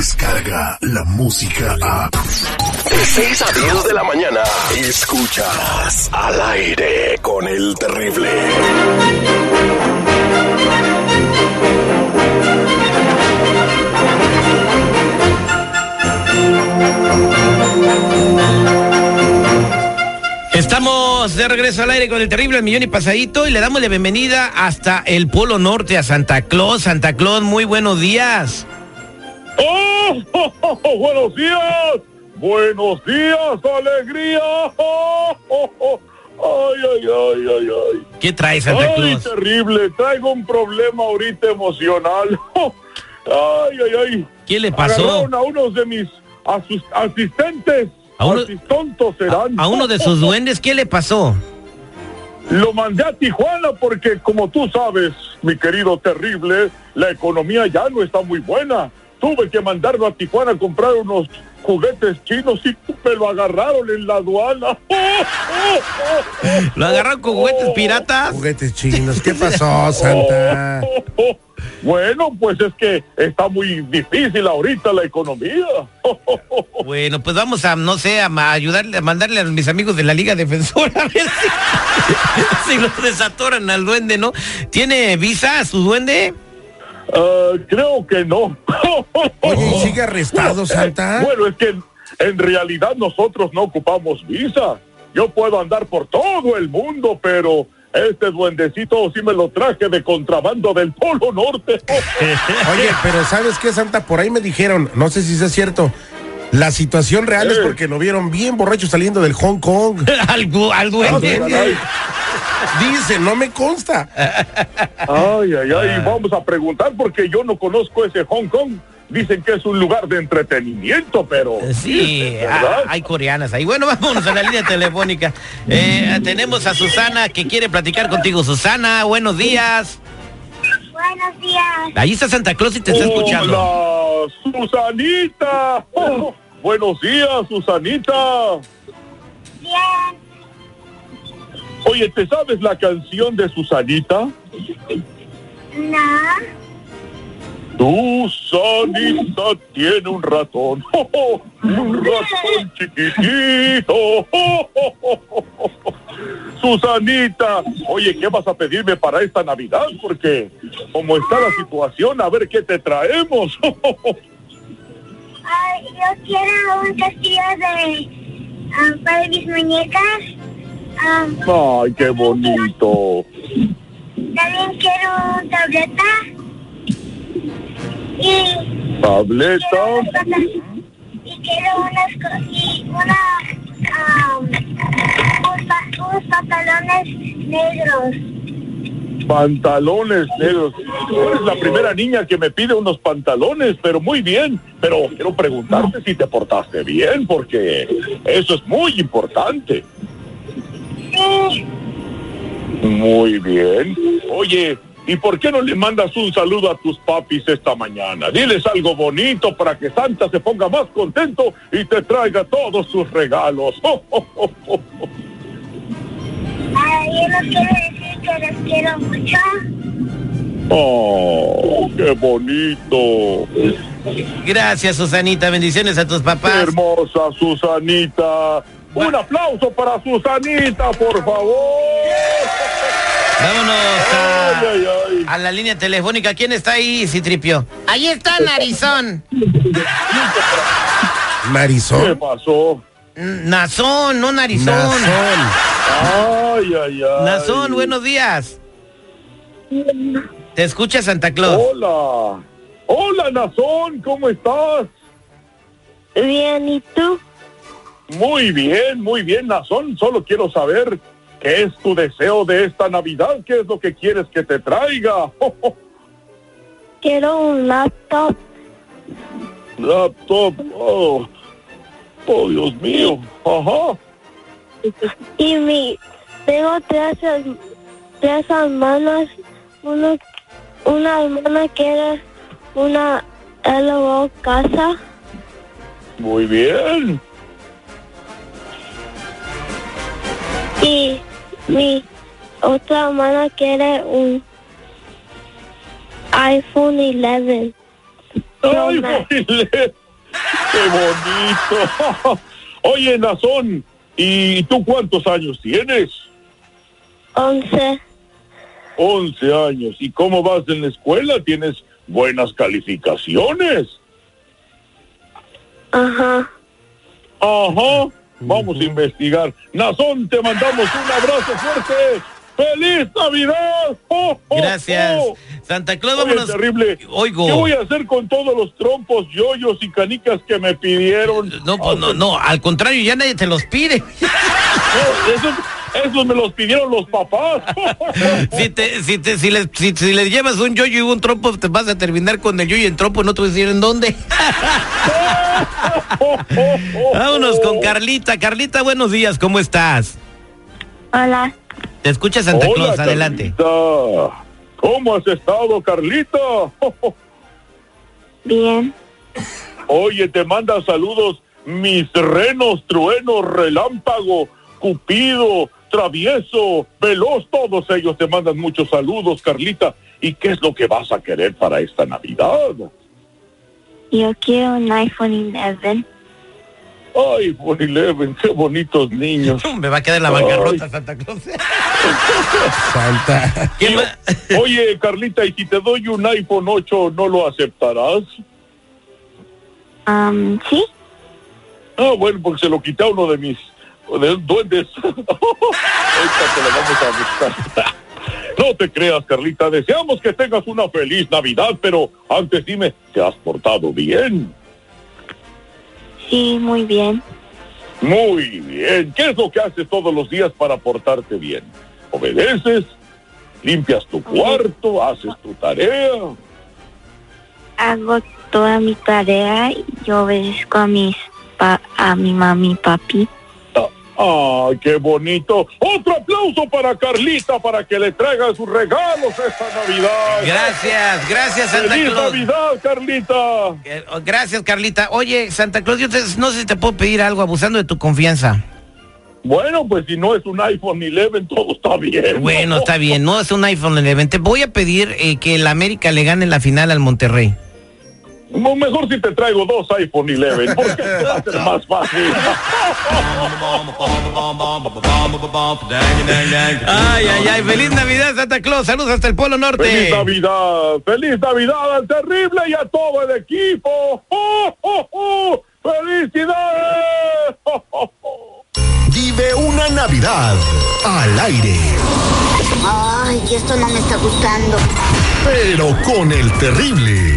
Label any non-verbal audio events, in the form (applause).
Escucha la música a. De 6 a 10 de la mañana. Escuchas al aire con el terrible. Estamos de regreso al aire con el terrible al millón y pasadito y le damos la bienvenida hasta el Polo Norte, a Santa Claus. Santa Claus, muy buenos días. ¡Oh! ¡Oh, oh, oh! buenos días! ¡Buenos días, alegría! ¡Oh, oh, oh! ¡Ay, ay, ay, ay, ay! ¿Qué trae Santa ¡Ay, Claus? terrible! Traigo un problema ahorita emocional. (laughs) ¡Ay, ay, ay! ¿Qué le pasó? Agarraron a unos de mis asus- asistentes. ¿A uno- Asistontos serán. A uno (laughs) de sus duendes, ¿qué le pasó? Lo mandé a Tijuana porque, como tú sabes, mi querido terrible, la economía ya no está muy buena. Tuve que mandarlo a Tijuana a comprar unos juguetes chinos y me lo agarraron en la aduana. (laughs) ¿Lo agarraron con juguetes piratas? Juguetes chinos. ¿Qué pasó, Santa? Bueno, pues es que está muy difícil ahorita la economía. (laughs) Bueno, pues vamos a, no sé, a ma- ayudarle, a mandarle a mis amigos de la Liga Defensora (laughs) a ver si, si los desatoran al duende, ¿no? ¿Tiene visa su duende? (laughs) Ah, creo que no. (laughs) Oye, ¿y sigue arrestado, Santa? Bueno, es que en, en realidad nosotros no ocupamos visa. Yo puedo andar por todo el mundo, pero este duendecito sí me lo traje de contrabando del Polo (laughs) Norte. Oye, pero ¿sabes qué, Santa? Por ahí me dijeron, no sé si sea cierto. La situación real es Eh. porque lo vieron bien borracho saliendo del Hong Kong. Al, gu- al duende. Caray. Dice, no me consta. Ay, ay, Ah. ay, vamos a preguntar porque yo no conozco ese Hong Kong. Dicen que es un lugar de entretenimiento, pero... Eh, Sí, ¿verdad? ah, hay coreanas ahí. Bueno, vámonos a la línea telefónica. Eh, tenemos a Susana que quiere platicar contigo. Susana, buenos días. Buenos días. Ahí está Santa Claus y te está escuchando. Hola, Susanita. (laughs) Buenos días, Susanita. Bien. Oye, ¿te sabes la canción de Susanita? No. Susanita tiene un ratón, (laughs) un ratón chiquitito. (laughs) Susanita, oye, ¿qué vas a pedirme para esta Navidad? Porque como está la situación, a ver qué te traemos. (laughs) Ay, yo quiero un castillo de ah, para mis muñecas. Ah, Ay, qué bonito. también quiero tableta. Y quiero Tableta. unas cosas. Y quiero unas co- y una ah, unos pa- unos pantalones negros. Pantalones negros. Tú eres la primera niña que me pide unos pantalones, pero muy bien. Pero quiero preguntarte si te portaste bien, porque eso es muy importante. Sí. Muy bien. Oye, ¿y por qué no le mandas un saludo a tus papis esta mañana? Diles algo bonito para que Santa se ponga más contento y te traiga todos sus regalos. (laughs) Ay, yo no quiero decir que los quiero mucho. ¡Oh, qué bonito! Gracias, Susanita. Bendiciones a tus papás. Hermosa Susanita. Un aplauso para Susanita, por favor. Vámonos Ay, a, ay, ay. a la línea telefónica. ¿Quién está ahí, Citripio? Ahí está Narizón. ¿Qué Marisol. pasó? Mm, Nazón, no Narizón. Nazón, Nazón. Ay, ay, ay. buenos días. Te escucha Santa Claus. Oh, Hola. Hola, Nazón, ¿cómo estás? Bien, ¿y tú? Muy bien, muy bien, Nazón. Solo quiero saber qué es tu deseo de esta Navidad, qué es lo que quieres que te traiga. (laughs) Quiero un laptop. Laptop. Oh, oh Dios mío. Ajá. Y mi, tengo tres, her- tres hermanas. Uno, una hermana quiere una LO casa. Muy bien. Y mi otra hermana quiere un iPhone 11. Pro Ay, Max. Moisés. ¡Qué bonito! Oye, Nazón, ¿y tú cuántos años tienes? Once. 11 años. ¿Y cómo vas en la escuela? ¿Tienes buenas calificaciones? Ajá. Ajá. Vamos a investigar. Nazón, te mandamos un abrazo fuerte. ¡Feliz Navidad! ¡Oh, oh, Gracias. oh! Santa Claus, Oye, vámonos. terrible. Oigo. ¿Qué voy a hacer con todos los trompos, yoyos y canicas que me pidieron? No, pues, no, no, al contrario, ya nadie te los pide. (laughs) No, esos, esos me los pidieron los papás. Si, te, si, te, si, les, si, si les llevas un yoyo y un trompo, te vas a terminar con el yoyo y el trompo, no te voy a decir en dónde. (laughs) (laughs) Vámonos Oh. con Carlita. Carlita, buenos días, ¿cómo estás? Hola. Te escucha Santa Hola, Claus, adelante. (laughs) Carlita. ¿Cómo has estado, Carlita? (laughs) Bien. Oye, te manda saludos mis renos, truenos, relámpago, cupido, travieso, veloz, todos ellos te mandan muchos saludos, Carlita. ¿Y qué es lo que vas a querer para esta Navidad? Yo quiero un iPhone 11. Ay, por Eleven, qué bonitos niños. Me va a quedar en la Ay. bancarrota, Santa Claus. (laughs) Santa. ¿Quién va- (laughs) Oye, Carlita, ¿y si te doy un iPhone 8, no lo aceptarás? Um, ¿Sí? Ah, bueno, porque se lo quité a uno de mis de duendes. (laughs) Ahorita te la vamos a buscar. (laughs) No te creas, Carlita. Deseamos que tengas una feliz Navidad, pero antes dime, ¿te has portado bien? Sí, muy bien. Muy bien. ¿Qué es lo que haces todos los días para portarte bien? ¿Obedeces? ¿Limpias tu cuarto? ¿Haces tu tarea? Hago toda mi tarea y yo obedezco a mis pa- a mi mami y papi. Ah, ¡Ay, qué bonito! Otro aplauso para Carlita para que le traigan sus regalos esta Navidad. Gracias, gracias, Santa ¡Feliz Claus. Navidad, Carlita! Eh, oh, Gracias, Carlita. Oye, Santa Claus, yo te- no sé si te puedo pedir algo abusando de tu confianza. Bueno, pues si no es un iPhone 11, todo está bien. Bueno, está bien, no es un iPhone 11. Te voy a pedir eh, que el América le gane la final al Monterrey. Mo- Mejor si te traigo dos iPhone 11, porque va (laughs) a ser más fácil. Ay, ay, ay, feliz Navidad, Santa Claus. Saludos hasta el Polo Norte. ¡Feliz Navidad! ¡Feliz Navidad al terrible y a todo el equipo! ¡Oh, oh, oh! ¡Felicidades! ¡Oh, oh, oh! Vive una Navidad al aire, Ay, esto no me está gustando. pero con el terrible.